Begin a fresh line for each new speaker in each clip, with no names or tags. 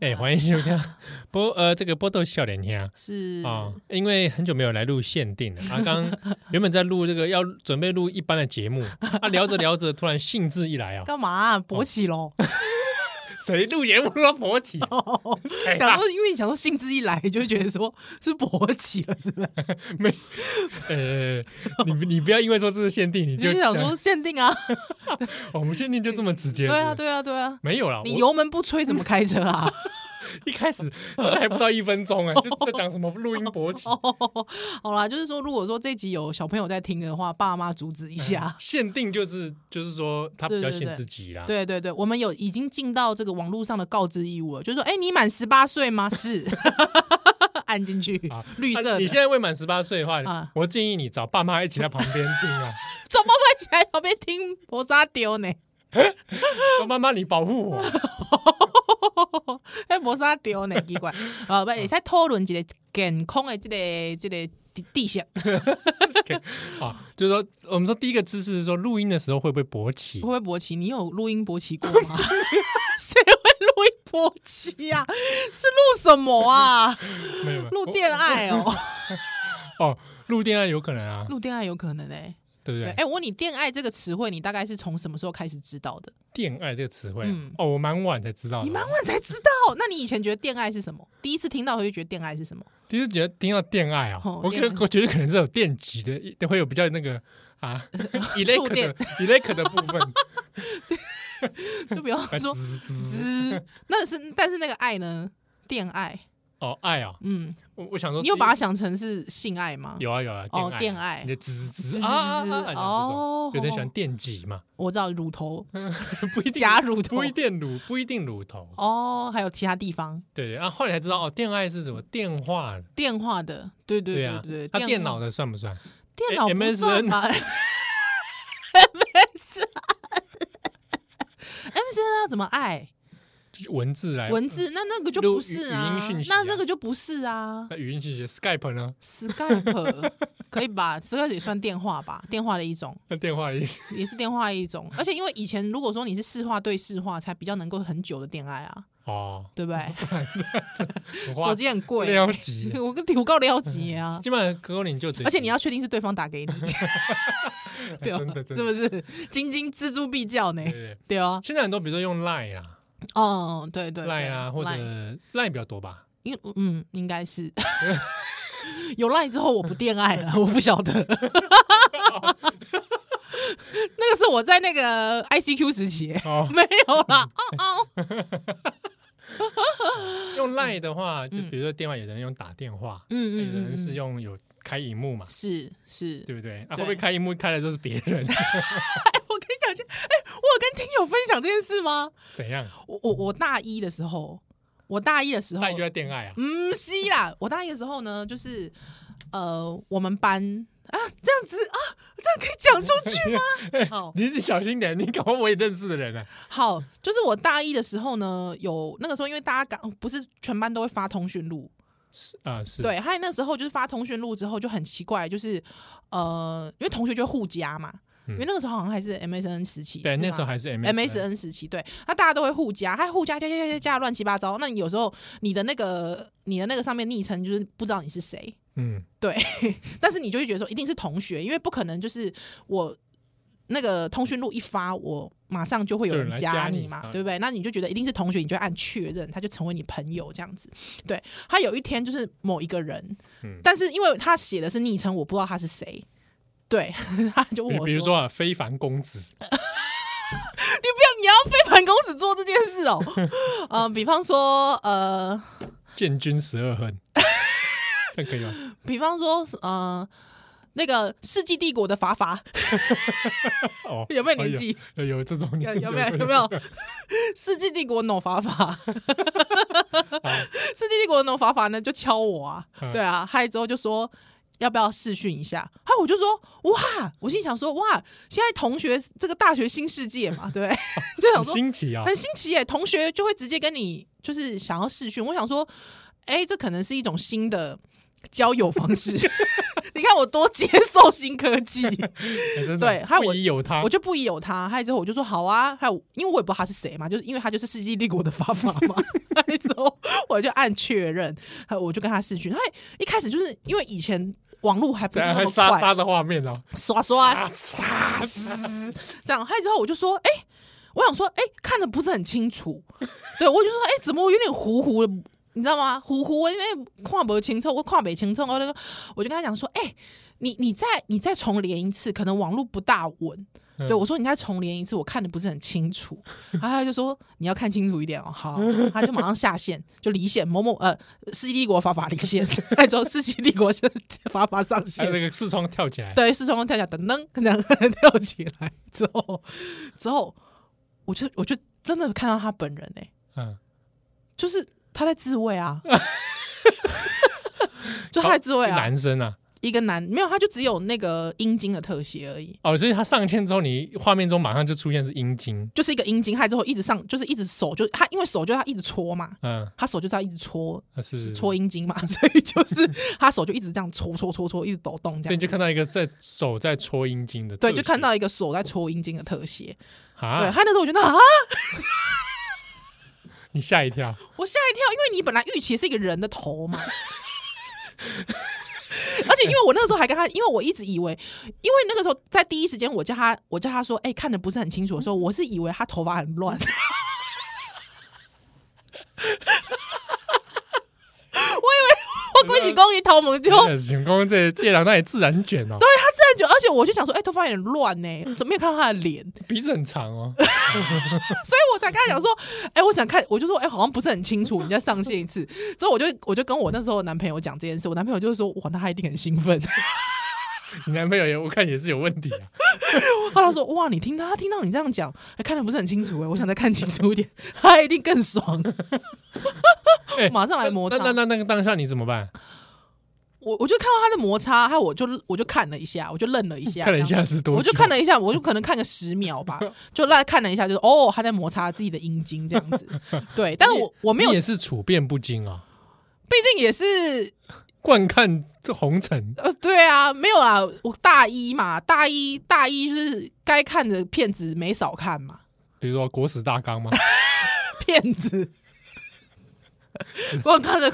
哎、欢迎收听 波呃这个波豆笑脸听啊、
是
因为很久没有来录限定了，啊， 刚原本在录这个要准备录一般的节目，啊，聊着聊着突然兴致一来啊，
干嘛啊勃起喽？
哎谁录节目都勃 起，谁
想
啊？
说，因为你想说兴致一来， 就会觉得说是勃起了，是不是？
呃，你你不要因为说这是限定，你
你
就哦
就想说限定 啊，
我们限定就这么直接，
对
是
啊，
不是，
对啊，对啊。
没有啦，
你
我
油门不吹怎么开车 啊？
一开始还不到一分钟哎、就在讲什么录 音勃起，
好啦，就是说，如果说这集有小朋友在听的话，爸妈阻止一下。
限定就是就是说他比较限制级啦，
对对对，我们有已经尽到这个网络上的告知义务了，就是说，哎、你满十八岁吗？ 是，按进去，
啊
绿色
啊
的。
你现在未满十八岁的话，
啊
我建议你找爸妈一起在旁边听 啊。
怎么会起来旁边听婆沙丢呢？
说妈妈，你保护我。
哎，无啥丢呢，奇怪。啊，
嗯
不，会使讨论一个健康的这个这个地地形。
啊，就是说，我们说第一个知识是说，录音的时候会不会勃起
会不？会勃起？你有录音勃起过 吗？谁会录音勃起呀、啊？是录什么啊？
没有，没有
录恋爱哦，
我哦，录恋爱有可能啊，
录恋爱有可能哎、
对不对
对，哎、？我问你，恋爱这个词汇，你大概是从什么时候开始知道的？
恋爱这个词汇
嗯
哦，我蛮晚才知道的。
你蛮晚才知道，那你以前觉得恋爱是什么？第一次听到会觉得恋爱是什么？
其实觉得听到恋爱啊，
哦
我觉
恋爱
得我觉得可能是有电极的，都会有比较那个 啊，elect
电
的 elect 的部分，
就比方 说，
滋滋
滋，那是但是那个爱呢？恋爱，
哦，爱啊，
嗯，
我我想说，
你有把它想成是性爱吗？
有啊有啊，
哦
电
电爱
你就滋滋
滋
啊啊
滋
啊
滋
啊，哦
哦，
有点喜欢电极嘛，
我知道乳头
不 一定
夹乳头
不一定乳不一定乳头，
哦，还有其他地方
对对，啊，后来才知道哦，电爱是什么电话，
电话的，对对
啊
对对，，
那
话
电脑的算不算？
电脑不算吧 ？MSN 要怎么爱
就是文字来
文字？那那个就
哎录
不是
语语
啊
音讯息，啊
那那个就不是啊
那。语音信息 Skype 呢？
Skype 可以吧？Skype 也算电话吧，电话的一种，
那电话里
也是电话的一种。而且因为以前如果说你是视话对视话，才比较能够很久的恋爱啊，
哦，
对不对？
我花
手机很贵、
撩 级
我跟我告撩急啊！
基本上哥你就只
而且你要确定是对方 打给你，对吧
真的？真
是
的
不是？斤斤锱铢必较呢
对，对对，
对啊，
现在很多比如说用 Line 啊
哦，对对对
，Line 啊或者
Line
Line 比较多 吧，
因为嗯，应该是 有赖之后我不恋爱了， 我不晓得。那个是我在那个 ICQ 时期，
哦，
没有啦。
用 Line 的话，就比如说电话，有的人用打电话，有
嗯
的
嗯嗯
哎人是
嗯，
用有开荧幕嘛，
是是。
对不对？啊，
对
会不会开荧幕开的都是别人？
我跟你讲一件，哎，我有跟听友分享这件事吗？
怎样？
我我我大一的时候，我大一的时候，
那你就在恋爱啊？
嗯，是啦，我大一的时候呢，就是呃，我们班啊，这样子啊，这样可以讲出去吗？ 好
你你小心点，你搞我也认识的人啊。
好，就是我大一的时候呢，有那个时候因为大家刚不是全班都会发通讯录，
是啊，是，
对，还有那时候就是发通讯录之后就很奇怪，就是呃，因为同学就会互加嘛，
嗯
因为那个时候好像还是 MSN 时期，
对，
是
那
吗啊
时候还是啊 MSN
MSN 时期，对，那大家都会互加，还互加加加加加加乱七八糟。那你有时候你的那个你的那个上面昵称就是不知道你是谁，
嗯，
但是你就会觉得说一定是同学，因为不可能就是我那个通讯录一发，我马上就会有人加你嘛，
就有人来加你嗯
对不对？那你就觉得一定是同学，你就按确认，他就成为你朋友这样子。对，他有一天就是某一个人，
嗯
但是因为他写的是昵称，我不知道他是谁。对，他就问
比
哦我
比如说啊，非凡公子，
你要非凡公子做这件事哦。 呃，比方说，呃，
建军十二 恨，这样可以吗？
比方说，呃，那个《世纪帝国》的法法
哦，
有没有年纪？
哦？有有有这种，
有有没有有没有？ 《世纪帝国》no 法法，《世纪帝国》no 法法呢就敲我啊，
嗯
对啊，嗨之后就说。要不要试训一下？嗨，我就说哇，我心想说哇，现在同学这个大学新世界嘛，对不对？就想
很
说哎
新奇啊，
很新奇耶，同学就会直接跟你就是想要试训。我想说，哎、这可能是一种新的交友方式。你看我多接受新科技，
哎真的
对还有
不
我
疑有他
我，就不疑有他。还有之后我就说好啊，还有因为我也不知道他是谁嘛，就是因为他就是《世纪帝国》的法法嘛。 来之后，我就按确认，呃我就跟他视讯。他一开始就是因为以前网络还不
这
是
样
那
还
么
沙
快，
沙的画面哦，
刷刷
啊沙
嘶这样，嗨之后我就说，哎、我想说，哎、看的不是很清楚，对我就说，哎、怎么我有点糊糊的，你知道吗？糊糊，我因为看不清楚，我看不清楚，我那个，我就跟他讲说，哎、你你再你再重连一次，可能网络不大稳。对我说：“你再重连一次，我看的不是很清楚。”然后他就说：“你要看清楚一点哦。”好，他就马上下线，就离线某某呃，世纪帝国法法离线， 再之后世纪帝国是法法上
还
线
有，那个视窗跳起来，
对，四川光跳起来，噔噔，这样跳起来之后，之后，我就我就真的看到他本人哎、
嗯，
就是他在自慰啊，就他在自慰啊，
男生啊，
一个男没有，他就只有那个阴茎的特写而已，
哦，所以他上线之后，你画面中马上就出现是阴茎，
就是一个阴茎，害之后一直上，就是一直手就他因为手就他一直搓嘛，
嗯，
他手就是要一直搓，
啊是
是
是
搓阴茎嘛，所以就是他手就一直这样搓搓搓搓，一直抖动这
所以
样
你
子。
就看到一个在手在戳阴茎的特
对，
写，
就看到一个手在搓阴茎的特写。对
啊，
他那时候我觉得啊，
你吓一跳，
我吓一跳，因为你本来预期是一个人的头嘛。 而且因为我那个时候还跟他，因为我一直以为，因为那个时候在第一时间我叫他，我叫他说，哎、看的不是很清楚的时候，我是以为他头发很乱。 我以为我归起公一头猛就
真的情况这这人那也自然卷哦，对，
站久，而且我就想说，哎、头发有点乱呢、怎么没有看到他的脸？
鼻子很长哦，
所以我才跟他讲说，哎、我想看，我就说，哎、好像不是很清楚，你再上线一次。之后我就我就跟我那时候的男朋友讲这件事，我男朋友就说，哇，那他一定很兴奋。
你男朋友也我看也是有问题啊，
后来说，哇，你听他听到你这样讲，还看的不是很清楚哎、我想再看清楚一点，他一定更爽。
哎
马上来摩
那
擦
那，那那个当下你怎么办？
我我就看到他的摩擦，还有我就我就看了一下，我就愣了一下，
看了一下是多久，
我就看了一下，我就可能看个十秒吧，就那看了一下，就是哦，他在摩擦自己的阴茎这样子，对，但我我没有
你，也是处变不惊啊、
毕竟也是
惯看这红尘，
呃，对啊，没有啦，我大一嘛，大一大一就是该看的片子没少看 嘛，
比如说《国史大 纲》吗？
骗 子。我看了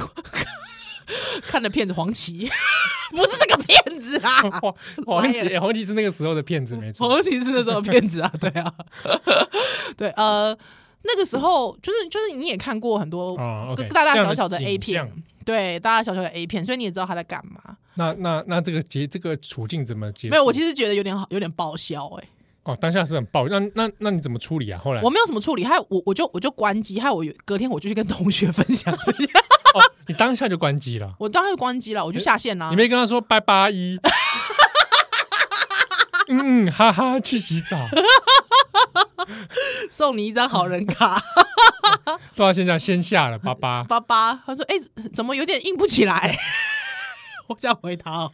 看了骗子黄芪， 不是这个骗子啦，
黄黄芪，黄芪是那个时候的骗子，没错。
黄芪是那时候骗子啊，对啊， 对呃，那个时候就是就是你也看过很多、
哦，OK，
大大
这样
小小的 A
景象
片，对大大小小的 A 片，所以你也知道他在干嘛。
那那那这个结这个处境怎么结束？
没有，我其实觉得有点好，有点爆笑哎、
哦，当下是很爆。那那那你怎么处理啊？后来
我没有什么处理，还有我我就我就关机，还有我有隔天我就去跟同学分享这些，
哦，你当下就关机了，
我当然就关机了，我就下线啦
你。没跟他说拜 拜一。嗯，嗯哈哈，去洗澡，
送你一张好人卡，
到现在先下了，爸爸。
爸爸，他说：“哎、怎么有点硬不起来？” 我想回他、哦，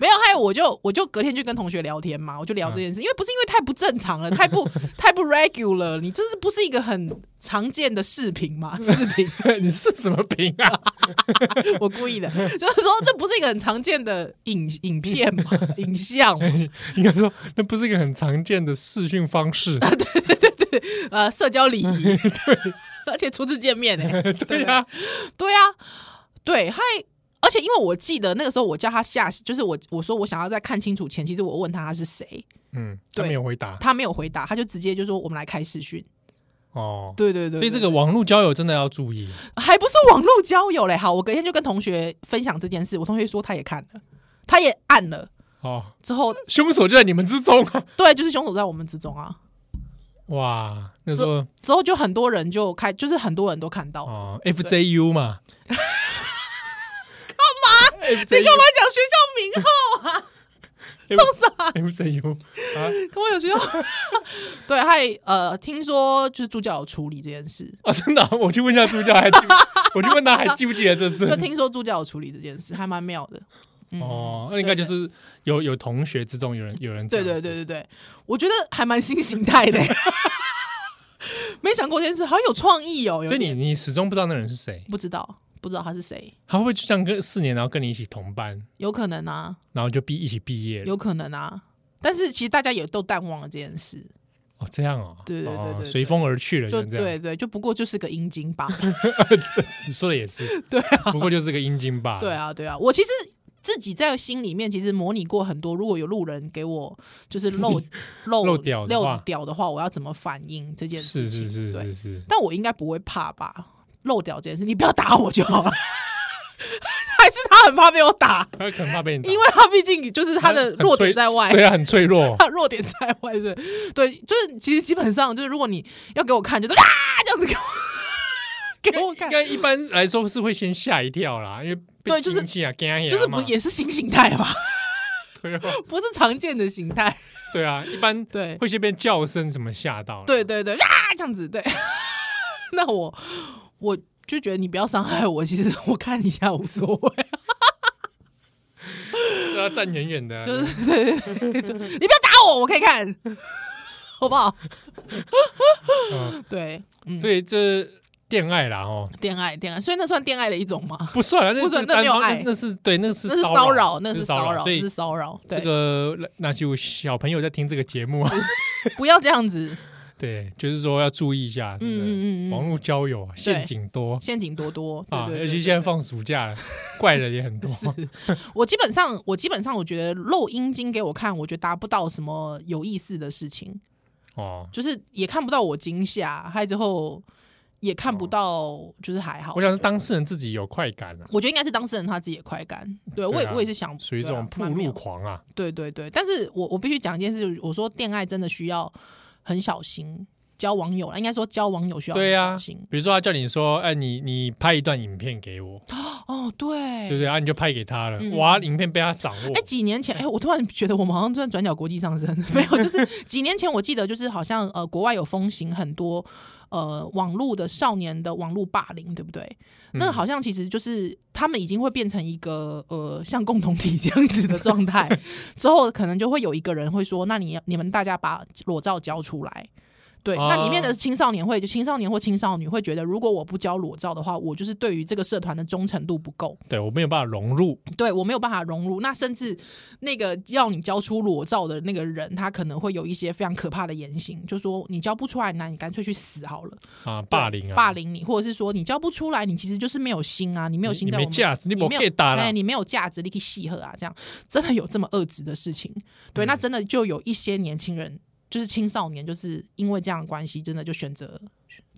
没有，还有我就我就隔天就跟同学聊天嘛，我就聊这件事，因为不是因为太不正常了，太不太不 regular，你这是不是一个很常见的视频嘛？ 视频，
你是什么病啊？
我故意的，就是说这不是一个很常见的影影片嘛，影像嘛
应该说那不是一个很常见的视讯方式。
啊呃社交礼
嗯
仪， 而且初次见面哎、
对呀、
对啊，对，还而且因为我记得那个时候我叫他下，就是我我说我想要再看清楚前，其实我问他他是谁，
嗯，他
对
没有回答
他没有回答，他就直接就说我们来开视讯。
哦。
对对对
所以这
对
个网络交友真的要注 意，
还不是网络交友嘞。好，我隔天就跟同学分享这件事，我同学说他也看了，他也按了
哦，
之后，
凶手就在你们之中 啊！
对，就是凶手在我们之中啊。
哇，那时候
之后就很多人就开，就是很多人都看到。
哦，FJU 嘛， 干嘛
你干
？FJU
嘛讲学校名号？啊
FJU 啊
干嘛讲学校？ 对，还呃，听说就是助教有处理这件事，
啊！真的啊，我去问一下助教，还记不， 我去问他还记不记得这次
就？听说助教有处理这件事，还蛮妙的。
哦，那应该就是有有同学之中有人有人这
对
样子
对对对对，我觉得还蛮新形态的、 没想过这件事，好有创意哦。有
所以你
点
你始终不知道那人是谁，
不知道不知道他是谁，
他会不会就像跟四年，然后跟你一起同班，
有可能啊，
然后就毕一起毕业了？
有可能啊。但是其实大家也都淡忘了这件事，
哦，这样哦，
对对对
哦
对对
随风而去了，
就
就这样。
对对，就不过就是个阴茎吧。
你说的也是，
对啊
不过就是个阴茎罢了。
对啊，对啊，我其实自己在心里面其实模拟过很多，如果有路人给我就是漏漏
漏屌的
漏
话
屌的话，我要怎么反应这件事
是
情？
是是
对
是，是，
但我应该不会怕吧？漏屌这件事，你不要打我就好了。 还是他很怕被我打，
他很怕被你打，
因为他毕竟就是他的
很
弱点
脆
在外。
对啊，很脆弱。
他弱点在外是，对，就是其实基本上就是，如果你要给我看，就是啊这样子给我给我看
应，该一般来说是会先吓一跳啦，因为被
对就是
惊吓惊吓嘛
就是不也是新形态吧，
对啊
不是常见的形态，
对啊，一般
对
会先被叫声什么吓到。
对，对对啊这样子对， 那我我就觉得你不要伤害我，其实我看一下无所谓，
就要啊站远远的，
就是 对对对，就你不要打我，我可以看，好不好？
嗯
对，嗯，
所以这恋爱啦哦，
恋爱恋爱，所以那算恋爱的一种吗？
不算啊，那
不算
是
那
单
没有
方
爱
那是对，那是
那是
骚
骚扰，那是
骚
骚扰，
所
那
以
是骚扰。对
这，个那就小朋友在听这个节目啊，
不要这样子，
对，就是说要注意一下，对不对
嗯嗯嗯嗯
网络交友啊，陷阱多
陷阱多多
啊，
对对
尤
对
其
对
现在放暑假了，怪人也很 多，
我基本上，我基本上，我觉得露阴茎给我看，我觉得达不到什么有意思的事情，
哦。
就是也看不到我惊吓，还之后也看不到，就是还好
哦我。想是当事人自己有快感啊，
我觉得应该是当事人他自己的快感，对我
对
也、
啊
我也是想
属于这
对啊
种铺
蛮妙
路狂啊，
对对对，但是我我必须讲一件事，我说恋爱真的需要很小心，交网友啦，应该说交网友需要很
对啊
小心。
比如说他叫你说，哎，你你拍一段影片给我，
哦，对
对不对啊？你就拍给他了，
嗯
哇，影片被他掌握
哎、，几年前，哎、我突然觉得我们好像在转角国际上升， 没有，就是几年前我记得就是好像呃，国外有风行很多呃网络的少年的网络霸凌，对不对？那
嗯
好像其实就是他们已经会变成一个呃像共同体这样子的状态，之后可能就会有一个人会说，那你你们大家把裸照交出来。对，那里面
哦
的青少年会，就青少年或青少女会觉得，如果我不交裸照的话，我就是对于这个社团的忠诚度不够。
对我没有办法融入，
对我没有办法融入。那甚至那个要你交出裸照的那个人，他可能会有一些非常可怕的言行，就说你交不出来，那你干脆去死好了，
啊，霸凌啊，
霸凌你，或者是说你交不出来，你其实就是没有心啊，你没有心
你
在
没
我们
价值，你啊
你
不
没有
给打
哎，
了，
你没有价值，你可以戏喝啊，这样真的有这么恶质的事情？对，
嗯
那真的就有一些年轻人，就是青少年，就是因为这样的关系，真的就选择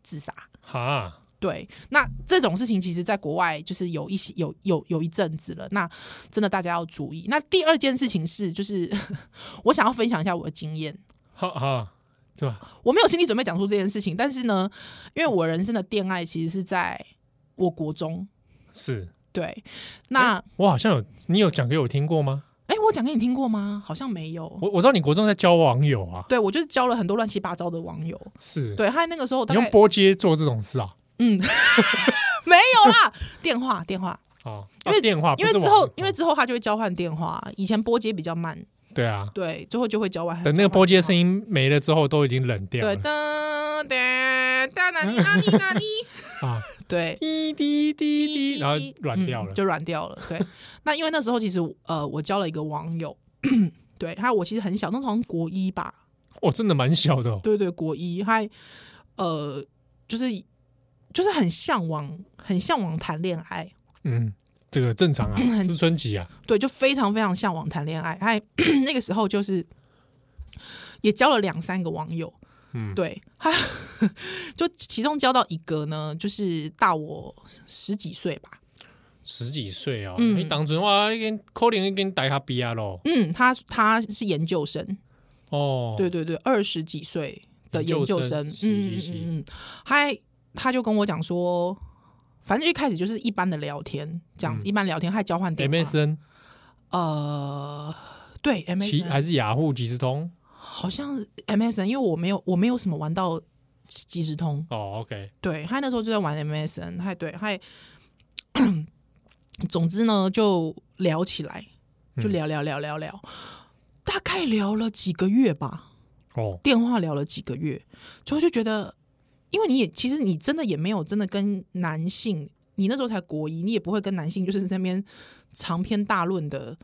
自杀。
哈，
对，那这种事情其实在国外就是有一些有有有一阵子了，那真的大家要注意。那第二件事情是，就是 我想要分享一下我的经验。
哈哈，是吧？
我没有心理准备讲出这件事情，但是呢，因为我人生的恋爱其实是在我国中。
是
对，那
我好像有，你有讲给我听过吗？
哎、我讲给你听过吗？好像没有。
我我知道你国中在交网友啊，
对，我就是交了很多乱七八糟的网友。
是，
对，还那个时候大
嗯你用
概
波接做这种事啊，
嗯，没有啦，电话电话，
啊，
因为、
啊电话，
因为
不是
之
网哦
后因为之后他就会交换电话，以前拨接比较慢，
对啊，
对，最后就会交完。
等那个波接声
音，
音没了之后，都已经冷掉
对，
了
噔噔噔，哪里哪里哪里，
啊，
对，
滴滴滴滴，
叽叽
然后
叽
软掉
嗯
了，
就软掉了。对，那因为那时候其实呃，我交了一个网友，对，还有我其实很小，那时候好像国一吧，
哦，真的蛮小的哦，
对对，国一还呃，就是就是很向往，很向往谈恋爱，
嗯，这个正常啊，
嗯
思春期啊，
对，就非常非常向往谈恋爱。还 那个时候就是也交了两三个网友，
嗯，
对，还 就其中交到一个呢，就是大我十几岁吧。
十几岁哦，
嗯
你当初哇，一根可能一根大下毕业咯，
嗯，他他是研究生，
哦，
对对对，二十几岁的
研究
研究
生
生，
是
嗯嗯
是
嗯嗯，还他就跟我讲说。反正一开始就是一般的聊天，这样子、
嗯
一般聊天还交换电话。
，MSN
呃，对
其
，MSN
还是雅虎即时通
好像是 MSN，因为我没有我没有什么玩到即即时通，
哦，OK，
对他那时候就在玩 MSN，还对还， 总之呢就聊起来，就
嗯
聊聊聊聊聊，大概聊了几个月吧，
哦，
电话聊了几个月，之后就觉得，因为你也其实你真的也没有真的跟男性，你那时候才国一，你也不会跟男性就是在那边长篇大论的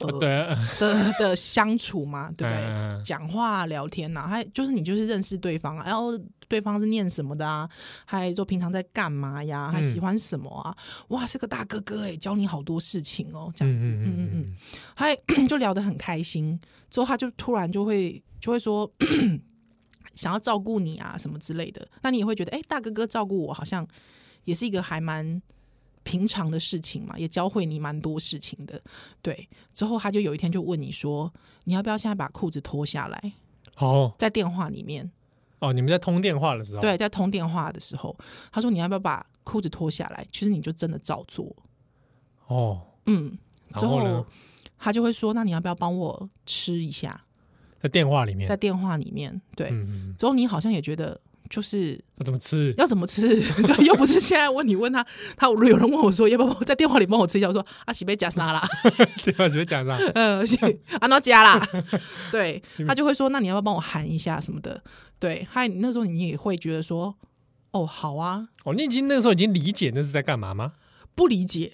哦对啊，
的的相处嘛，对不对？
嗯
讲话、啊、聊天呐、啊，还就是你就是认识对方啊，然后对方是念什么的啊，还说平常在干嘛呀，还喜欢什么啊？哇，是个大哥哥哎、教你好多事情哦，这样子，嗯嗯嗯，还 就聊得很开心。之后他就突然就会就会说 想要照顾你啊什么之类的，那你也会觉得哎、大哥哥照顾我好像也是一个还蛮平常的事情嘛，也教会你蛮多事情的。对，之后他就有一天就问你说，你要不要现在把裤子脱下来？
哦
在电话里面，
哦，你们在通电话的时候，，
对，在通电话的时候，他说你要不要把裤子脱下来？其实你就真的照做，
哦，
嗯。
然
之
后
后
呢，
他就会说，那你要不要帮我吃一下？
在电话里面
在，电话里面，对。
嗯嗯，
之后你好像也觉得就是
那怎么 吃？
要怎么吃？对，又不是现在问你问他，他如果有人问我说要不要在电话里帮我吃一下，我说啊，喜被加沙啦，
对吧？只会讲这样，
呃，是啊，那加啦， 对
嗯
他就会说，那你要不要帮我喊一下什么的？对，还有那时候你也会觉得说，哦，好啊，
哦，你已经那个时候已经理解那是在干嘛吗？
不理解，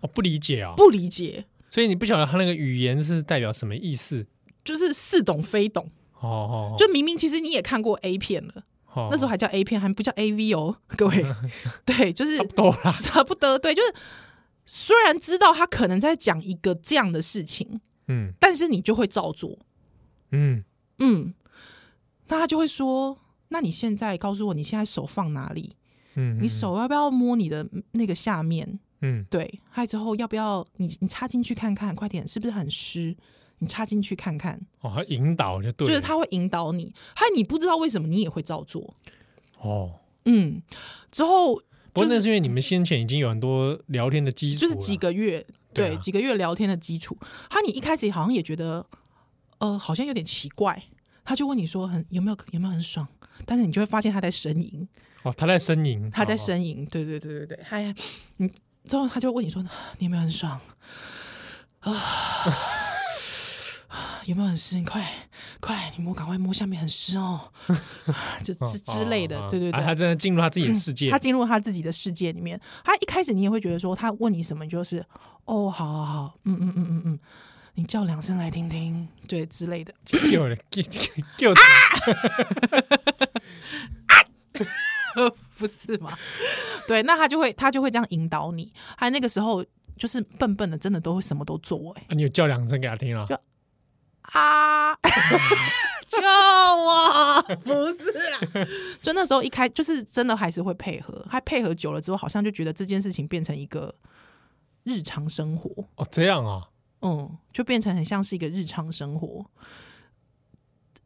哦，不理解哦，
不理解，
所以你不晓得他那个语言是代表什么意思。
就是似懂非懂，
哦哦，
就明明其实你也看过 A 片了，
哦
那时候还叫 A 片，还不叫 AV 哦， 各位，对，就是
差不多啦。
差不多，对，就是虽然知道他可能在讲一个这样的事情，
嗯
但是你就会照做，
嗯，
嗯，那他就会说，那你现在告诉我，你现在手放哪里？
嗯，
你手要不要摸你的那个下面？
嗯，
对，还有之后要不要你你插进去看看，快点，是不是很湿？你插进去看看，
哦，他引导就对
就
了，
是他会引导你，还有你不知道为什么你也会照做，
哦。
嗯，之后
不过
就
那
是
是因为你们先前已经有很多聊天的基础
就
了，
是几个月，
对啊
对，几个月聊天的基础。他你一开始好像也觉得，呃，好像有点奇怪，他就问你说很有没有有没有很爽，但是你就会发现他在呻吟，
哦，他在呻吟，
他在
哦，
呻吟，对对对对对，哎，你之后他就问你说你有没有很爽啊？有没有很湿？你快快，你摸，赶快摸下面很湿哦，这
哦
之之类
哦
的
哦，
对对
啊
对，
他真的进入他自己的世界
他，进入他自己的世界里面。他一开始你也会觉得说，他问你什么，你就是哦，好好好，嗯嗯嗯嗯嗯，你叫两声来听听，对之类的。
丢了，丢丢，
不是吗？ 对，那他就会他就会这样引导你。还那个时候就是笨笨的，真的都会什么都做、欸，
啊你有叫两声给他听了
就，啊， 救我！不是啦，就那时候一开，就是真的还是会配合，还配合久了之后，好像就觉得这件事情变成一个日常生活，
哦，这样啊，
嗯，就变成很像是一个日常生活。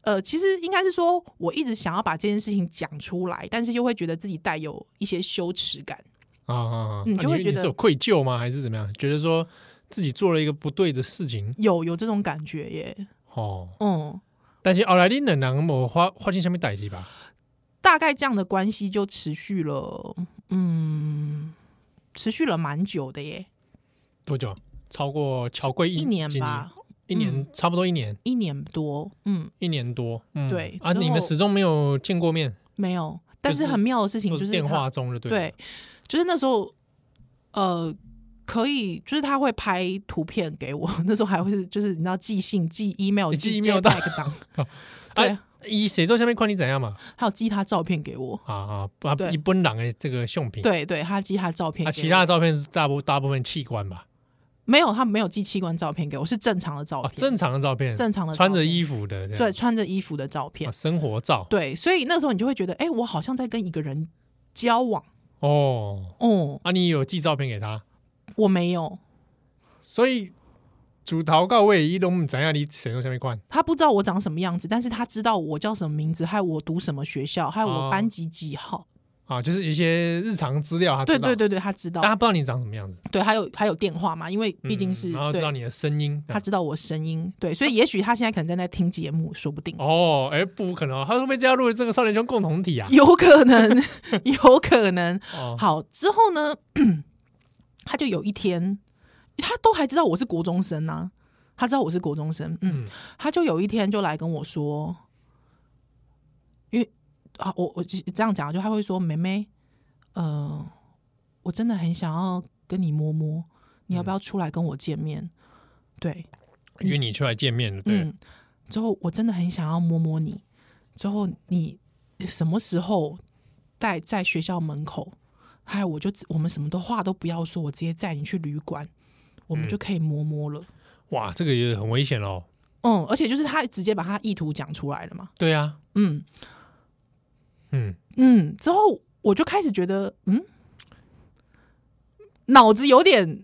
呃，其实应该是说，我一直想要把这件事情讲出来，但是又会觉得自己带有一些羞耻感。
啊啊，啊
你就会
啊
觉得
是有愧疚吗？还是怎么样？觉得说自己做了一个不对的事情，
有有这种感觉耶。
哦，
嗯，
但是后来你两人我花花进什么代志吧？
大概这样的关系就持续了，嗯，持续了蛮久的耶，
多久？超过超过一
一年吧，，
几年一年差不多一年，
一年多，嗯，
一年多。嗯，
对
啊，
之后
你们始终没有见过面，
没有。但
就是是
很妙的事情
都
就是是
电
他
话中的对了
对，，就是那时候，呃，可以，就是他会拍图片给我， 那时候还会是就是你知道寄信、寄 email、
你寄 email 到
JPEG 档，对，
啊，以谁做下面看你怎样嘛？
还有寄他照片给我，
啊啊，不啊
对
一本人的这个相片，
对对，他寄他照片给
哎啊，
我，
其他的照片是大部大部分器官吧？
没有，他没有寄器官照片给我，是正常的照
啊，
片，
正常的照片，
正常的
穿
照
着
片
衣服的，这样
对，穿着衣服的照片
啊，，生活照
对，所以那时候你就会觉得，哎、我好像在跟一个人交往。
哦。
哦，
啊，你有寄照片给他，
我没有，
所以主逃告位伊拢唔知影你谁做下面看
他不知道我长什么样子，但是他知道我叫什么名字，还有我读什么学校，还有
哦
我班级几号。
啊，就是一些日常资料，他
对
知道
对，对对，他知道啊
但，他不知道你长什么样子，
对，还有还有电话嘛，因为毕竟
嗯
是、
然后知道
对，
你的声音，
他知道我声音，对，所以也许他现在可能正在听节目，说不定。
哦，哎，不可能哦，他会被加入这个少年兄共同体啊。
有可能， 有可能。
哦，
好，之后呢， 他就有一天，他都还知道我是国中生啊，他知道我是国中生，嗯，
嗯
他就有一天就来跟我说，因为啊，我我这样讲，就他会说，妹妹，呃，我
嗯
真的很想要跟你摸摸，你要不要出来跟我见面？对，
约你出来见面了，对，
嗯，之后我真的很想要摸摸你。之后你什么时候带在学校门口？还有，我就我们什么都话都不要说，我直接载你去旅馆，我
嗯
们就可以摸摸了。
哇，这个也很危险哦。
嗯而且就是他直接把他意图讲出来了嘛。
对啊，
嗯
嗯，
嗯，之后我就开始觉得，嗯，脑子有点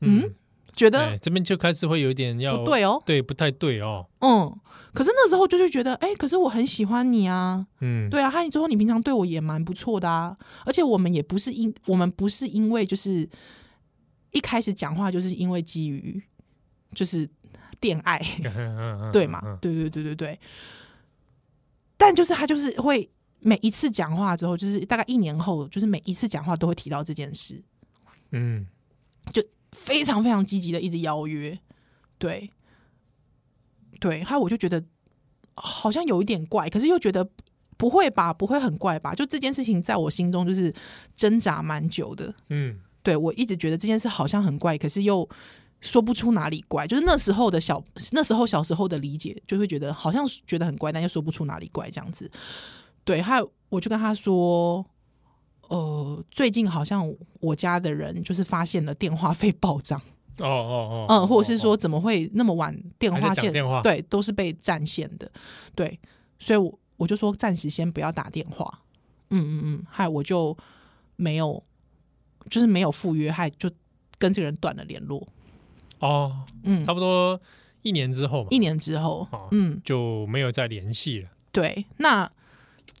嗯，觉得
哎，这边就开始会有一点要
不，对哦。
对，不太对哦，
嗯，可是那时候就是觉得，哎、可是我很喜欢你啊，
嗯，
对啊，和你之后你平常对我也蛮不错的啊，而且我们也不是因我们不是因为就是一开始讲话就是因为基于就是恋爱，
嗯，
对
嗯
嘛？
嗯
对对对对对。但就是他就是会每一次讲话之后，就是大概一年后，就是每一次讲话都会提到这件事，
嗯，
非常非常积极的一直邀约，对，对，还有我就觉得好像有一点怪，可是又觉得不会吧，不会很怪吧？就这件事情在我心中就是挣扎蛮久的，
嗯，
对我一直觉得这件事好像很怪，可是又说不出哪里怪，就是那时候的小那时候小时候的理解，就会觉得好像觉得很怪，但又说不出哪里怪这样子。对，还有我就跟他说，呃，最近好像我家的人就是发现了电话费暴涨，
哦哦哦，
嗯，或者是
哦
说怎么会那么晚电
还在
话
讲
线
电话
对都是被占线的，对，所以我我就说暂时先不要打电话，嗯嗯嗯，还有我就没有就是没有赴约，还就跟这个人断了联络，
哦，
嗯
差，不多一年之后吧，
一年之后
哦，
嗯，
就没有再联系了。
对，那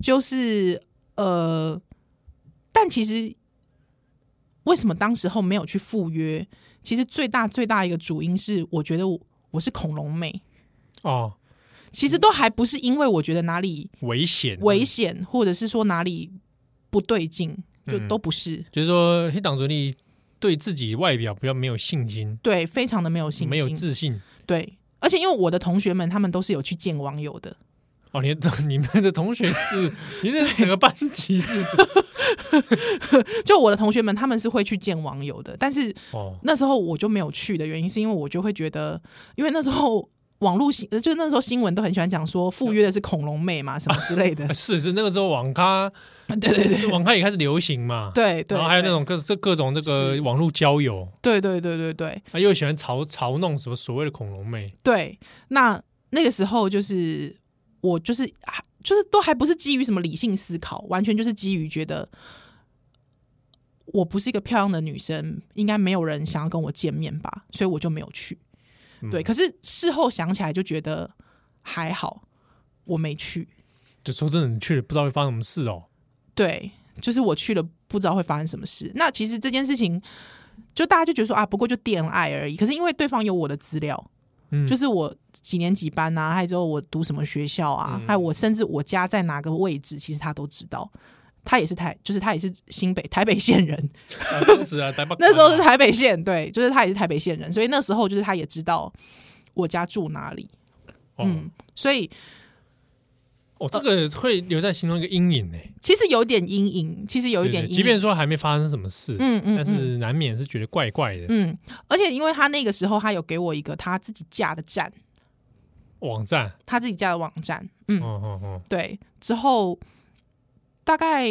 就是呃，但其实为什么当时候没有去赴约？其实最大最大一个主因是，我觉得我我是恐龙妹。
哦，
其实都还不是因为我觉得哪里
危险，
危，险，或者是说哪里不对劲，就
嗯
都不是。
就是说黑党主力对自己外表比较没有信心，
对，非常的没有信心，
没有自信。
对。而且因为我的同学们，他们都是有去见网友的，
哦，你的你们的同学 是，你的整个班级是 怎
就我的同学们，他们是会去见网友的。但是
哦，
那时候我就没有去的原因，是因为我就会觉得，因为那时候 网络新，呃就是那时候新闻都很喜欢讲说赴约的是恐龙妹嘛，什么之类的
啊。是是那个时候网咖，
对对对
网咖也开始流行嘛，
对对，
然后还有那
对
种各这各种这
是
个网络交友，
对对对对对，
啊，又喜欢嘲嘲弄什么所谓的恐龙妹，
对，那那个时候就是我就是还就是都还不是基于什么理性思考，完全就是基于觉得我不是一个漂亮的女生，应该没有人想要跟我见面吧，所以我就没有去。
嗯
对，可是事后想起来就觉得还好，我没去。
就说真的，你去了不知道会发生什么事 哦。
对，就是我去了，不知道会发生什么事。那其实这件事情，就大家就觉得说啊，不过就恋爱而已。可是因为对方有我的资料，
嗯
就是我几年几班啊，还有之后我读什么学校啊，
嗯
还有我甚至我家在哪个位置，其实他都知道。他也是台，就是他也是新北台北 县人，
啊当时啊，台北
那时候是台北县，对，就是他也是台北县人，所以那时候就是他也知道我家住哪里，
哦
嗯，所以
哦，这个会留在心中一个阴影呢，
其实有点阴影，其呃实有一
对
点
对
阴影，
即便说还没发生什么事，
嗯嗯，
但
嗯
是难免是觉得怪怪的。
嗯，而且因为他那个时候他有给我一个他自己架的站，
网站，
他自己架的网站，嗯，
嗯嗯嗯，
对。之后大概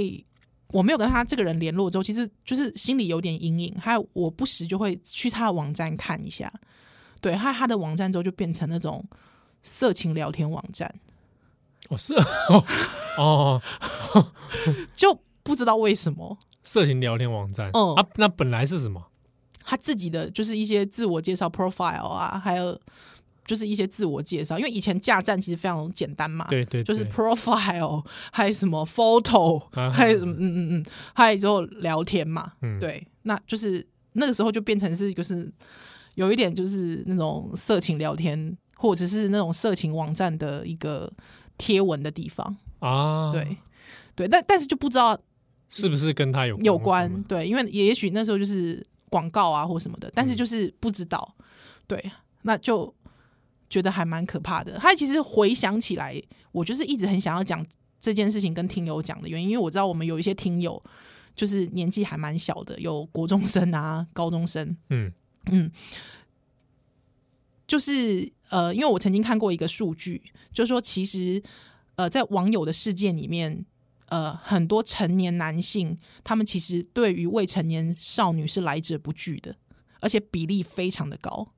我没有跟他这个人联络之后，其实就是心里有点阴影，还有我不时就会去他的网站看一下，对，还有他的网站之后就变成那种色情聊天网站，
哦是哦哦，
就不知道为什么
色情聊天网站，
嗯
啊，那本来是什么？
他自己的就是一些自我介绍 profile 啊，还有。就是一些自我介绍，因为以前架站其实非常简单嘛，
对对，
啊就是
对
profile，还有什么 photo，、
啊
还有什么嗯嗯嗯，还有之后聊天嘛，
嗯
对，那就是那个时候就变成是就是有一点就是那种色情聊天，或者是那种色情网站的一个贴文的地方，
啊，
对、，对，但但是就不知道
是不是跟他有
有
什
关
么？
对，因为也许那时候就是广告啊或什么的，但
嗯
是就是不知道，对，那就觉得还蛮可怕的。他其实回想起来，我就是一直很想要讲这件事情跟听友讲的原因，因为我知道我们有一些听友就是年纪还蛮小的，有国中生啊、高中生，
嗯，
嗯，就是呃，因为我曾经看过一个数据，就是说其实呃，在网友的世界里面，呃，很多成年男性他们其实对于未成年少女是来者不拒的，而且比例非常的高。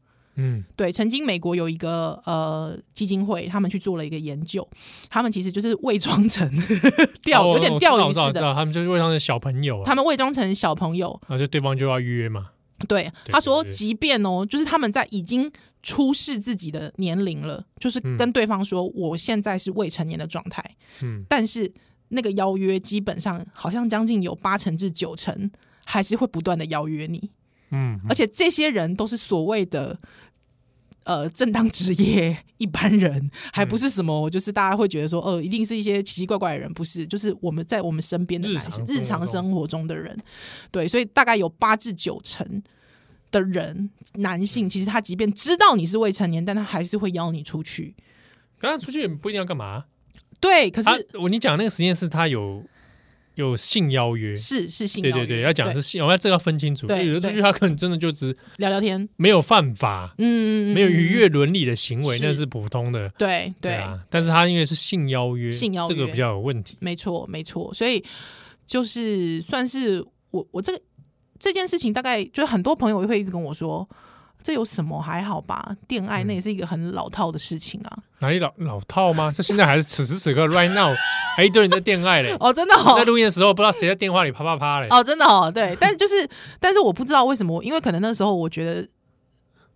嗯
对，曾经美国有一个呃基金会，他们去做了一个研究，他们其实就是伪装成 钓、
哦
有点
我
钓
知道我
鱼似
知道我知
的，
道他们就是为他们的小朋友、啊，
他们伪装成小朋友，
然后就对方就要约嘛，
对，
对
他说，
对对
即便哦，就是他们在已经出示自己的年龄了，就是
嗯
跟对方说我现在是未成年的状态，
嗯，
但是那个邀约基本上好像将近有八成至九成还是会不断的邀约你，
嗯，
而且这些人都是所谓的。呃，正当职业一般人，还
嗯
不是什么，就是大家会觉得说，呃，一定是一些奇奇怪怪的人，不是？就是我们在我们身边的
日
男
常生
性日
活
常
中
生活中的人，对，所以大概有八至九成的人，男性
嗯
其实他即便知道你是未成年，但他还是会邀你出去。
刚刚出去也不一定要干嘛。
对，可是、
啊，我你讲那个实验是他有有性邀约，
是是性
对
邀
对
约，
对，要讲的是性，我要这个要分清楚。
对
有的出去他可能真的就只
聊聊天，
没有犯法，
嗯，
没有逾越伦理的行为，
是
那是普通的。
对对，
啊，但是他因为是性邀约，
性邀
这
约
个比较有问题。
没错没错，所以就是算是我我这个这件事情，大概就是很多朋友会一直跟我说。这有什么还好吧？恋爱
嗯
那也是一个很老套的事情啊！
哪里老老套吗？ 这现在还是此时此刻 right now，还 一堆人在恋爱嘞。
哦，真的、哦，
在录音的时候，不知道谁在电话里啪啪啪嘞。
哦，真的哦，对， 但就是，但是我不知道为什么，因为可能那时候我觉得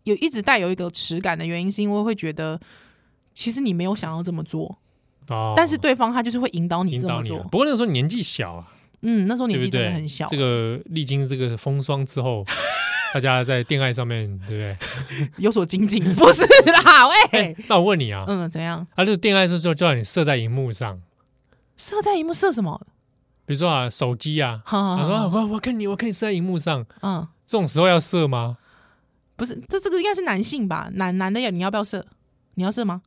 有一直带有一个耻感的原因，是因为会觉得其实你没有想要这么做，
哦，
但是对方他就是会引导你
引
这么
导你
做
了。。不过那个时候你年纪小啊，
嗯，那时候
对
年
不
纪真
对？
的很小，
这个历经这个风霜之 后，大家在恋爱上面，对不对？
有所精进，不是啦，喂，
那我问你啊，
嗯，怎样？
啊，就是恋爱的时候就叫你射在荧幕上，
射在荧幕射什么？
比如说啊，手机啊，
好好
他说啊
好，
我我跟你我跟你射在荧幕上，
嗯，
这种时候要射吗？
不是，这这个应该是男性吧？男男的呀，你要不要射？你要 射吗？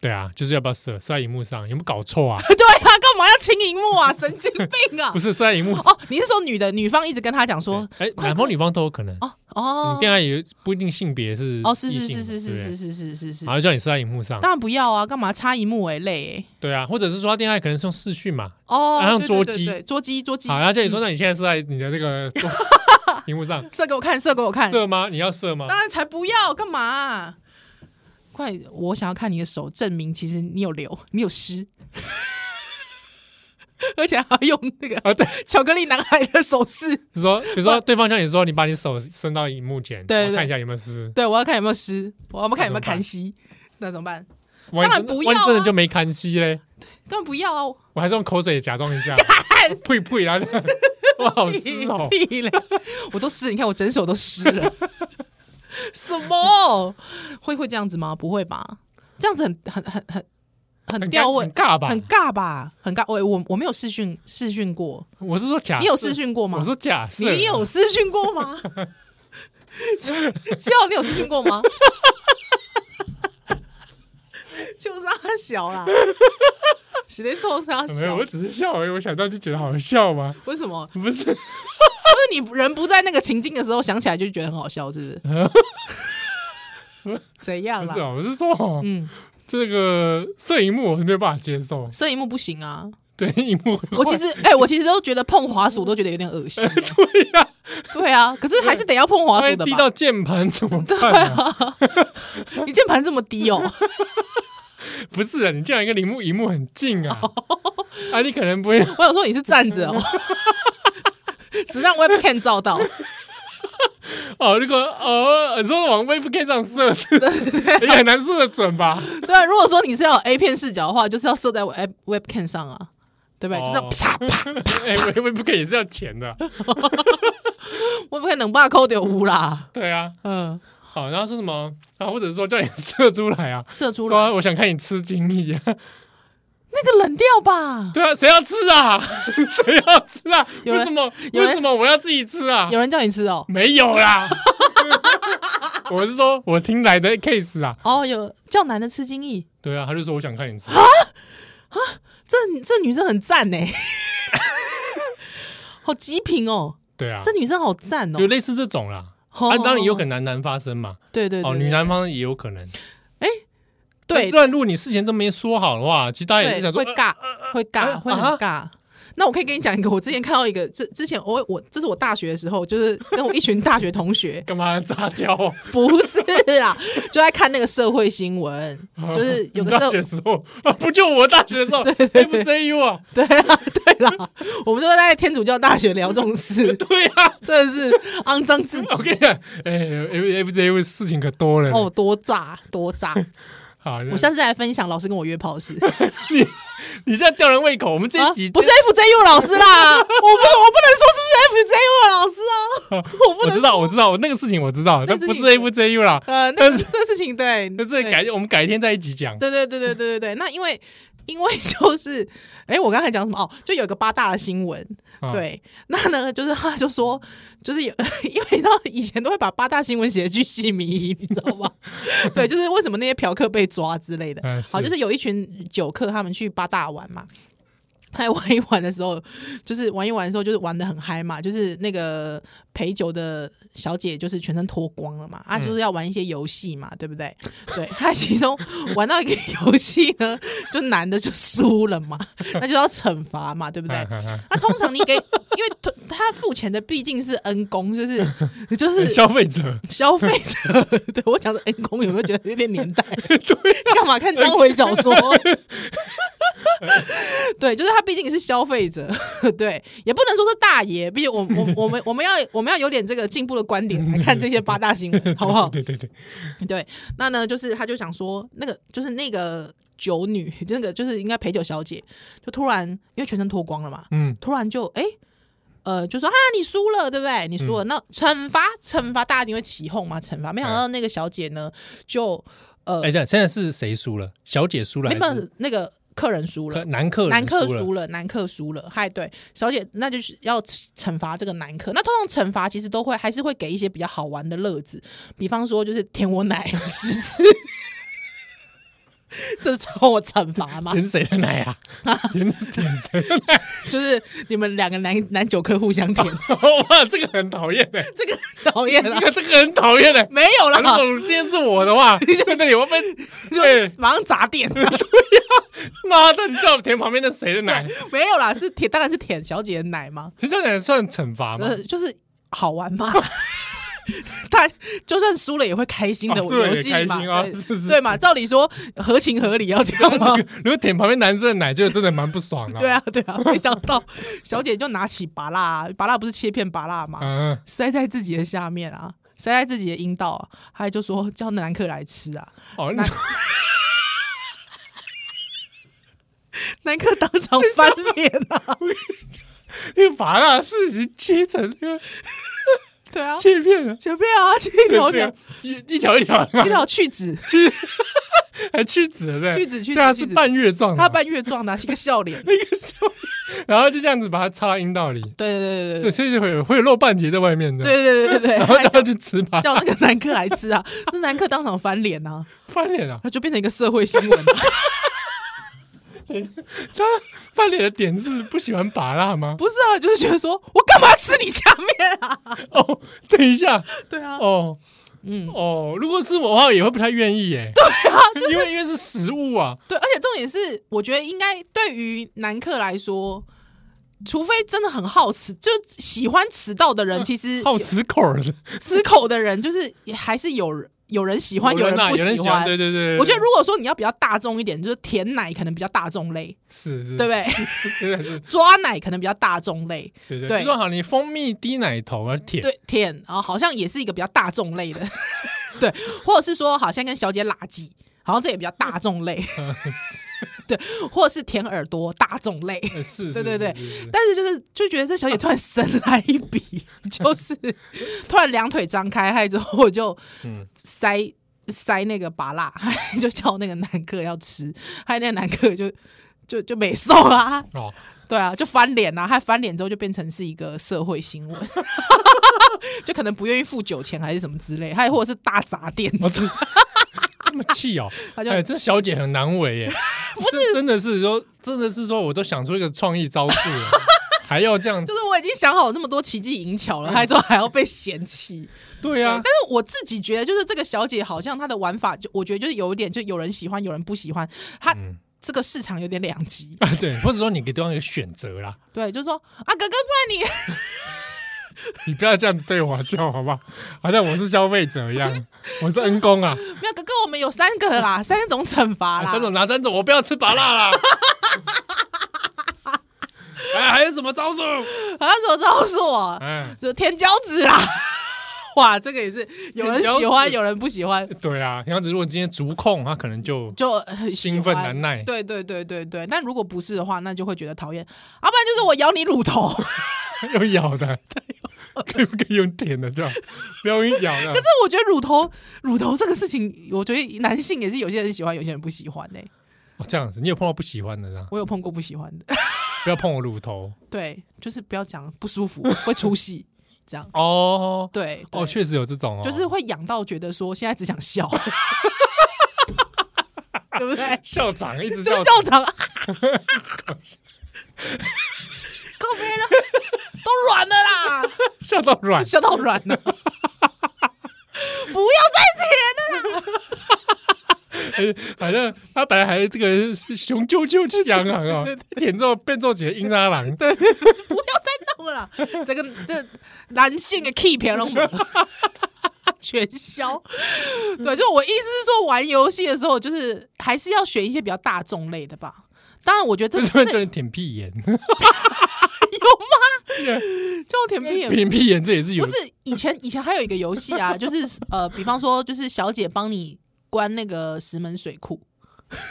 对啊，就是要不要射？射在荧幕上有没有搞错啊？
对啊，干嘛要亲荧幕啊？ 神经病啊
不！是射在荧幕，
哦，你是说女的女方一直跟他讲说，
哎，男方女方都有可能。
哦哦
你，恋爱也不一定性别是
哦，是
异性
是是
嘛
是
对不对
是是是是是是
然，后叫你射在荧幕上，
当然不要啊，干嘛插一幕哎、累
对啊，或者是说他恋爱可能是用视讯嘛，
哎、哦，
啊用
对对
捉
对
鸡
对捉鸡捉鸡
好，，然后叫你说，那你现在是在你的那个 荧幕上
射给我看，射给我看，
射吗？你要射吗？
哎当然才不要，干嘛啊、快，我想要看你的手，证明其实你有瘤，你有湿， 而且还要用那个
啊，对，
巧克力男孩的手势，
你说，比如说对方叫你说，你把你手伸到荧幕前，
对对
我看一下有没有湿。
对我要看有没有湿，我要看有没
那怎么办
有砍息，那怎么办？
万一
当然
真的
不
万一
要啊
真的就没看戏嘞，
根本不要啊！
我还是用口水假装一下，呸呸，然后就 我好湿哦。
屁嘞！我都湿，你看我整手都湿了。什么？会会这样子吗？不会吧？这样子很很很很很
很
吊
尬
位
很，尬吧？
很尬吧？很尬。我我我没有试训试训过，
我是说假，
你有试？训过吗？
我说假设，
你有试训 过吗？七号，你有试训过 吗？就是他小啦，实在臭他
没有？
小
我。只是笑而已。我想到就觉得好笑吗？
为什么？
不是，
就是你人不在那个情境的时候，想起来就觉得很好笑，是不是？ 怎样
不
啦？
是哦，我是说哦
嗯，
这个摄影幕我是没有办法接受，
摄影幕不行啊！
对，荧幕会
我其实，哎、我其实都觉得碰滑鼠都觉得有点恶心。
对哎呀，
对啊，可是还是得要碰滑
万
鼠
一
的
滴
吧？
到键盘怎么办啊？
你键盘这么低哦，
不是啊，你这样一个荧幕，荧幕很近啊，
哦
啊，你可能不会
我想说你是站着哦， 只让 webcam 照到。
哦。如果哦，你说往 webcam 上射是，也很难射的准吧？
对啊，如果说你是要有 A 片视角的话，就是要设在 web webcam 上啊，对不对？
哦
就这样啪啪
哎，webcam 也是要钱的，
，webcam 能把扣点污啦，
对啊。
嗯，
好，然后说什么啊？或者说叫你射出来啊？
射出来
说我想看你吃金鱼啊？
那个冷掉吧。
对啊，谁要吃啊？ 谁要吃啊？
有
为
人
什么？
有人
为什么我要自己吃啊？
有人叫你吃哦，
没有啦。 我是说，我听来的 case 啊，
哦，有叫男的吃精益，
对啊，他就说我想看你吃，
这这女生很赞呢， 好极品哦，
对啊，
这女生好赞
啊
哦
就，类似这种啦，啊，当然也有可
能，
能男男发生嘛，
对哦对
哦，
对，
女男方也有可能。
对
不然如果你事前都没说好的话，其实大家也是
对
想说呃
会，尬，会尬，
啊
会很
啊，
尬。那我可以跟你讲一个，我之前看到一个，之之前我我这是我大学的时候，就是跟我一群大学同学
干嘛杂交？
不是啊，就在看那个社会新闻， 就是有
你
的时
大
候
学的时候啊，不就我大学的时 候 FJU 啊，
对啦，对啦，我们都在天主教大学聊这种事，
对啊，
真的是肮脏自
我
己
跟你讲，哎，F FJU 事情可多了。
哦，多炸 多炸！
好，
我下次再来分享老师跟我约炮的事。
你这样吊人胃口，我们这
啊
一集
不是 FJU 老师啦，我不我不能说是不是 FJU 的老师啊，
哦
我不
我
能
知道，我知道，我那个事情我知道，
那
但
个事
不
情
是 FJU 啦，
呃，那
但
个
是
这事情对，
那这
对
改我们改天再一集讲。
对对对对对对对，那因为因为就是，哎，我刚才讲什么？哦，就有一个八大的新闻，
啊，
对，那呢，就是他就说，就是有， 因为你知道以前都会把八大新闻写的巨细靡遗，你知道吗？ 对，就是为什么那些嫖客被抓之类的。
嗯
好，就是有一群酒客他们去八大玩嘛，还玩一玩的时候，就是玩一玩的时候，就是玩的很嗨嘛，就是那个陪酒的小姐就是全身脱光了嘛，啊，就是要玩一些游戏嘛，对不对？对，她其中玩到一个游戏呢，就男的就输了嘛，那就要惩罚嘛，对不对？
嗯哎
那、通常你给，因为他付钱的毕竟是恩公，就是就是
消费者，
消费者。 对我讲的恩公有没有觉得有点年 代？对，啊干嘛看章回小说？ 对，就是他毕竟是消费者， 对，也不能说是大爷，毕竟我我我们我们要我们要有点这个进步的观点来看这些八大新闻，好不好？
对对对，
对，那呢，就是他就想说，那个就是那个酒女， 就那个就是应该陪酒小姐，就突然因为全身脱光了嘛，
嗯，
突然就哎、诶呃，就说啊，你输了，对不对？你
嗯
输了，那惩罚惩罚，大家一定会起哄嘛，惩罚。没想到那个小姐呢，就呃，
哎，等一下现在是谁输了？小姐输了
没
还是
有那个客人输
客
了。
男客人
男客
了？
输了，男客输了，嗨，对，小姐，那就是要惩罚这个男客。那通常惩罚其实都会还是会给一些比较好玩的乐子，比方说就是舔我奶十次， 这算我惩罚吗？
舔谁的奶 啊？舔舔谁的奶？
就是你们两个男男酒客互相舔，
哇，这个很讨厌哎，
这个讨厌了
这，个这个很讨厌哎。
没有啦，
如果今天是我的 话，那你会被
就
对
马上砸店，
妈的，你叫我舔旁边的谁的 奶？
没有啦，是舔，当然是舔小姐的奶嘛，
你这样算惩罚吗？
呃，就是好玩嘛。 他就算输了也会开心的
哦输了
游
也
戏
开
嘛，
心哦
对
是是
对嘛？照理说合情合理要这样 吗？
如果舔旁边男生的奶，就真的蛮不爽的。
对，啊，对啊，没想到小姐就拿起拔蜡，啊拔蜡不是切片拔蜡吗？
嗯，
塞在自己的下面啊，塞在自己的阴道啊，还就说叫男客来吃啊，
哦，
那男客当场翻脸 啊，
你把那事情切成那个
对啊，
切片了，
切片啊，切一条
对
条
啊，一一条一条的嘛
一，条去 脂。
去还去籽了，对，
去籽去籽
对啊，
去
是
籽
半月状的嘛，
他扮越壮的啊、是个 笑脸。
那个时候，然后就这样子把它插到阴道里，
对
所
对对
以
对
所以就会有会有露半截在外面的，，
对对对对对，
然后
还
然后就吃吧，
叫那个男客来吃啊，那男客当场翻脸啊，
翻脸啊，
他就变成一个社会新 闻啊、
他翻脸的点是不喜欢拔蜡吗？
不是啊，就是觉得说我干嘛吃你下面啊？
哦，等一下，
对啊，
哦，
嗯
哦，如果是我的话，也会不太愿意 耶，对啊， 因为因为是食物啊，
对，而且重点是，我觉得应该对于男客来说。除非真的很好吃，就喜欢迟到的人，其实
嗯好吃口儿的，
吃口的人，就是也还是有人有人喜欢，有人
啊
不
有人
喜
喜欢，
欢。
对对对，
我觉得如果说你要比较大众一点，就是舔奶可能比较大众类，
是是，
对不对？
是？真的是，
抓奶可能比较大众类，
对对，
对
比如说好，你蜂蜜滴奶头啊，舔，
对舔啊、好像也是一个比较大众类的， 对，或者是说好像跟小姐拉鸡，好像这也比较大众类，
嗯
对，或者是舔耳朵大众类，
呃是，是
对对对，
是是是
但是就是就觉得这小姐突然神来一笔，就是突然两腿张开，还之后我就
嗯
塞。塞那个拔蜡， 就叫那个男客要吃，还有那个男客就就就没送啦，
哦，
对啊，就翻脸啊，他翻脸之后就变成是一个社会新闻， 就可能不愿意付酒钱还是什么之类，还或者是大砸店，
我 操，这么气哦！
他就
哎，这小姐很 难为耶，不是，真的是说，真的是说，我都想出一个创意招数了，还要这样
就？是我已经想好那么多奇技淫巧了，还之后还要被嫌弃。
对啊呀、
但是我自己觉得，就是这个小姐好像她的玩法，就我觉得就是有一点，就有人喜欢，有人不喜欢。她
嗯
这个市场有点两极，
啊，对，或者说你给对方一个选择啦，
对，就是说啊，哥哥，不然你
你不要这样子对我叫好不好？好像我是消费者一样，我是恩公啊，
没有哥哥，我们有三个啦，三种惩罚
啊
啦，
三种拿三种，我不要吃麻辣啦。 哎，还有什么招数？
啊，什么招数啊？
哎，
就甜椒子啦。 哇，这个也是有人
甜
喜
椒子
欢，有人不喜欢，
对啊，杨子如果今天足控，他可能就
就很喜欢
兴奋难耐
对对对对对，但如果不是的话，那就会觉得讨厌。要、不然就是我咬你乳头， 可
用咬的，可不可以用舔的就好，不要用咬的
是。我觉得乳头乳头这个事情，我觉得男性也是有些人喜欢，有些人不喜欢欸呢、
哦，这样子，你有碰到不喜欢的啦？
我有碰过不喜欢的，
不要碰我乳头
对，就是不要讲不舒服，会出戏，这样
哦。
对
哦，
对
确实有这种哦，
就是会痒到觉得说现在只想笑， 对 不对？
校哎长一直
就是
校
校长， 告别了，都软了啦，
笑到软，
笑到软了， 不要
反正他本来还这个雄赳赳气昂昂 啊，舔之后变皱起英拉郎，对，
再舔了啦，不要再弄了啦，这个这男性的 key 平拢没 全消。对，就我意思是说，玩游戏的时候，就是还是要选一些比较大众类的吧。当然，我觉得
这
这
是
这
会叫人舔屁眼，
就甜品也
舔 屁眼这也是有
不是以前以前还有一个游戏啊，就是呃，比方说就是小姐帮你关那个石门水库，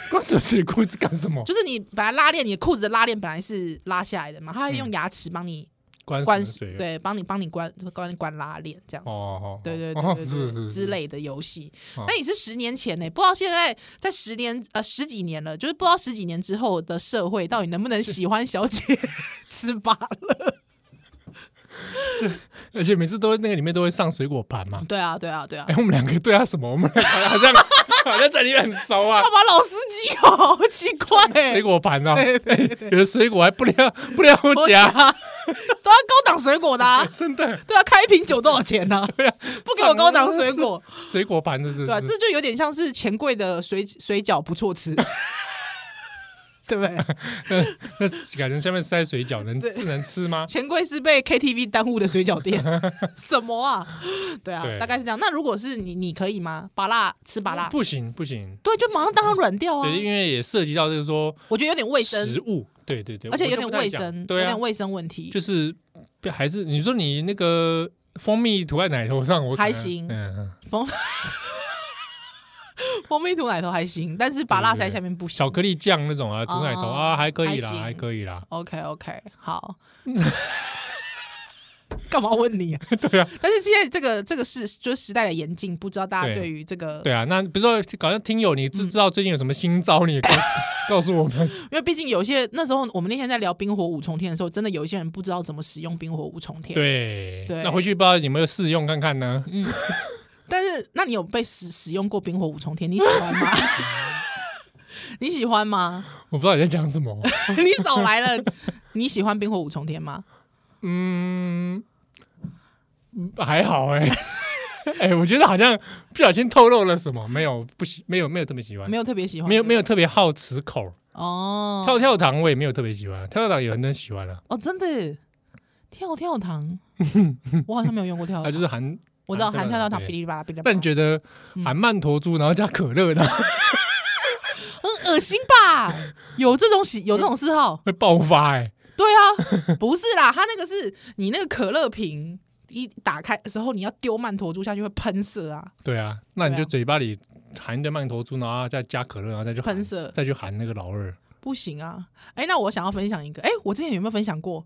光手水裤是干什么？
就是你把它拉链，你裤子的拉链本来是拉下来的嘛，它会用牙齿帮你
嗯关
关，
水啊
对，帮你帮你关关关拉链这样子。
哦哦，
对对对
哦
对对
是是
之，类的游戏
哦，
那也是十年前呢、不知道现在在十年呃十几年了，就是不知道十几年之后的社会到底能不能喜欢小姐 吃芭乐？
是而且每次都会那个里面都会上水果盘嘛。
对啊对啊对啊
哎，，我们两个对他什么？我们两个好像 好像在里面很熟啊
干。嘛老司机哦，好奇怪、欸，
水果盘啊，哎有的水果还不料 不料
啊
夹，，
都要高档水果的、啊
真的
对啊，开一瓶酒多少钱呢、
对啊，
不给我高档水果，
水果盘的是
对啊，这就有点像是钱柜的水水饺不错 吃，对不对？
那是感觉下面塞水饺能吃能吃 吗？
钱柜是被 KTV 耽误的水 饺店，什么啊？对啊，
对
大概是这样。那如果是你，你可以吗？拔辣吃拔辣，
不行不行，
对，就马上当它软掉啊！
对，因为也涉及到就是说
我觉得有点卫生
食，物，对对对，
而且有
我就
点
不太
卫
讲
生，有
对啊
点，卫生问题
就。是还是你说你那个蜂蜜涂在奶头上，我可
还
能
行
嗯，嗯
蜂蜂蜜涂奶头还行，但是拔辣
对对
塞
对
下面不行
巧。克力酱那种啊，涂奶头
哦
啊，还可以
还
啦，
行
还可以啦，
OK OK，好。 干嘛问你、啊？
对啊，
但是现在这个这个是就是时代的严禁，不知道大家
对
对于这个，
对啊，那比如说搞像听友，你知知道最近有什么新招，你也告 告诉我们，
因为毕竟有些那时候我们那天在聊冰火五重天的时候，真的有一些人不知道怎么使用冰火五重天。，
对，
对嗯
那回去不知道有没有试用看看呢？
但是那你有被使使用过冰火五重天？你喜欢 吗？你喜欢吗？
我不知道你在讲什么，
你少来了！你喜欢冰火五重天吗？
嗯，还好哎、 哎、我觉得好像不小心透露了什么，没有不喜，没有没有特别喜欢，
没有特别喜欢，
没有没有特别好吃口。
哦
跳跳糖我也没有特别喜欢，跳跳糖有很多人喜欢啊了、
哦，真的跳跳 糖，我好像没有用过跳
啊，它
跳糖
就。是含，
我知道含跳跳糖
对
哔哩吧啦哔哩吧啦，
但你觉得含曼陀珠然后加可乐的
很嗯恶心吧？有这种喜有这种嗜好？
会爆发哎、
对 啊，不是啦，它那个是你那个可乐瓶一打开的时候，你要丢曼陀珠下去会喷射啊，
对啊，那你
对
就
啊
嘴巴里含一堆曼陀珠，然后再加可乐，然后再去含
喷射
再去含那个老二。
不行啊。哎、那我想要分享一个，哎、我之前有没有分享过？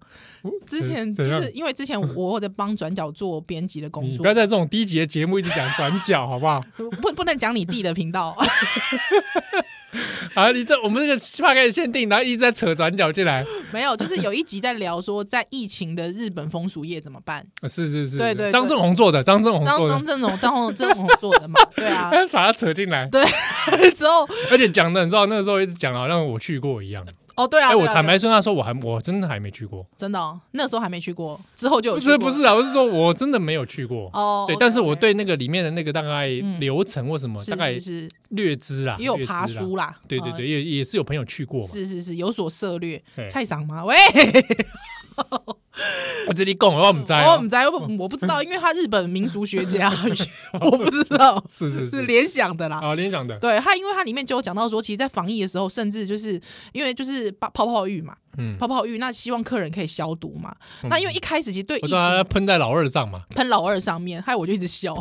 之前
嗯怎
就
怎样
是因为之前我有在帮转角做编辑的工
你
作
不要，在这种低级的节目一直讲转角，好不好？
不不能讲你弟的 频道，
啊，你这我们这个大概限定，然后一直在扯转角进来，
没有，就是有一集在聊说在疫情的日本风俗业怎么办。
啊是是是，
对对对
张正宏做的，张正宏
张
做的
张，正荣、张宏、郑宏做的嘛，对啊，
哎把他扯进来，
之后
而且讲的你知道那时候一直讲，好像我去过一样，
哦，对啊，
哎、
对
我
啊
坦
对啊
白说，那时候我还我真的还没去过，
真的哦那时候还没去过，之后就有
不
去过
是不是啊，我是说我真的没有去过。
哦，
对，
OK，
但是我
OK
对那个里面的那个大概
嗯
流程或什么，大
是
概
是是
略知啦，
也有
略知
爬
啦。
书啦，
对对
嗯
对，也也是有朋友去过嘛。
是是是有所涉略
对。
菜赏吗？喂，
我这里讲，我唔知道
我
哦
不，知道，我不我不知道，因为他日本民俗学 家，我不知道
是 是
是
是，
联想的啦。
啊，联想的，
对他，因为他里面就有讲到说，其实，在防疫的时候，甚至就是因为就是泡泡泡浴嘛，
嗯，
泡泡浴，那希望客人可以消毒嘛。那因为一开始其实对
我
疫
知道他
情
喷在老二上 嘛，
喷老二上面，害我就一直笑。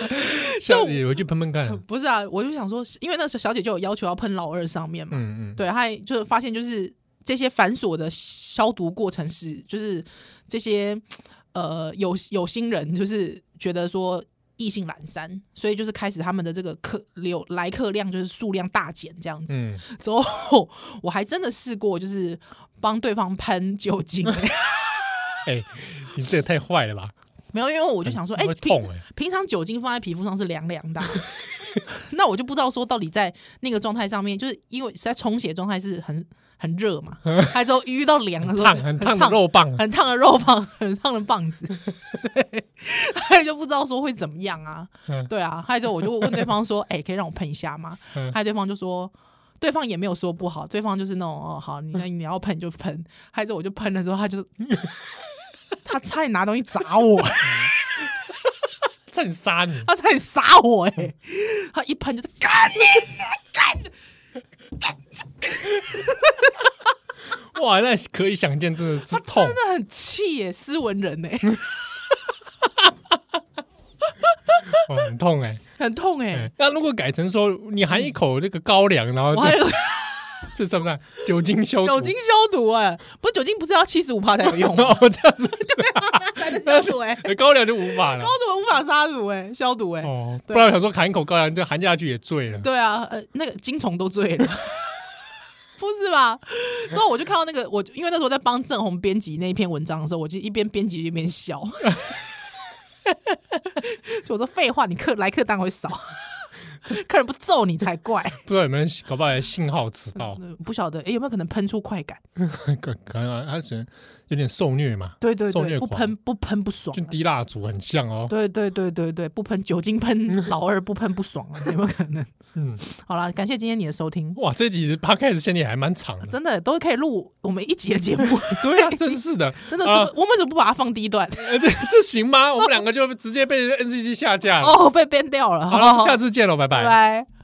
下次我去喷喷看。
不是啊，我就想说，因为那时候小姐就有要求要喷老二上面嘛，
嗯嗯，
对，还就是发现就是这些繁琐的消毒过程是，就是这些呃有有心人就是觉得说意兴阑珊，所以就是开始他们的这个客流来客量就是数量大减这样子。
嗯，
之后我还真的试过，就是帮对方喷酒精、欸
哎，你这个太坏了吧？
没有，因为我就想说，哎、
会
平
痛哎，
平常酒精放在皮肤上是凉凉的啊、 那我就不知道说到底在那个状态上面，就是因为是在充血状态是很很热 嘛，还之后一遇到凉的时候
烫
就
很烫的肉棒，啊
很烫的肉棒， 很烫的棒子，对，还有就不知道说会怎么样啊
嗯，
对啊，还有之后我就问对方说，哎、可以让我喷一下吗
嗯？
还有对方就说。对方也没有说不好，对方就是那种哦，好，你你要喷就喷。还有之后我就喷的时候，他就他差点拿东西砸我，
差点杀你。
他差点杀我哎、
嗯
他一喷就是干你
哇，那可以想见，真的是痛。
啊真的很气耶、斯文人哎、
哇，很痛哎、
很痛哎、
欸。那如果改成说你含一口这个高粱，然后
我还
这
有
这算不算酒精消毒？
酒精消毒哎、不是酒精不是要七十五帕才有用 吗？
哦，这样子，
才能消毒哎、
高粱就无法了
高。毒无法杀毒哎、消毒哎、
哦，不
对
然我想说含一口高粱，这含下去也醉了。
对啊，呃，那个金虫都醉了。 不是吧？之后我就看到那个，我因为那时候在帮郑红编辑那一篇文章的时候，我就一边编辑一边笑。 就我说废话，你客来客单会少， 客人不揍你才怪。
不知道有没有人搞不好信号迟到，
嗯不晓得、诶有没有可能喷出快感？
可 可能他只能有点受虐嘛，
对对
受虐
对，不
狂
喷不喷不爽
跟
啊、
滴蜡烛很像哦。
对对对对对，不喷酒精 喷老二不喷不爽啊，有没有可能？
嗯，
好啦，感谢今天你的收听，
哇，这集 p 开始 c 限定还蛮长的。
真的都可以录我们一啊集的节 目，
对啊，真是的，
真的，
啊
我们怎么不把它放第一段？
呃这这行吗？我们两个就直接被 NCC 下架了。
哦，被编掉了。
好了，我们
好
下次见喽，拜
拜拜。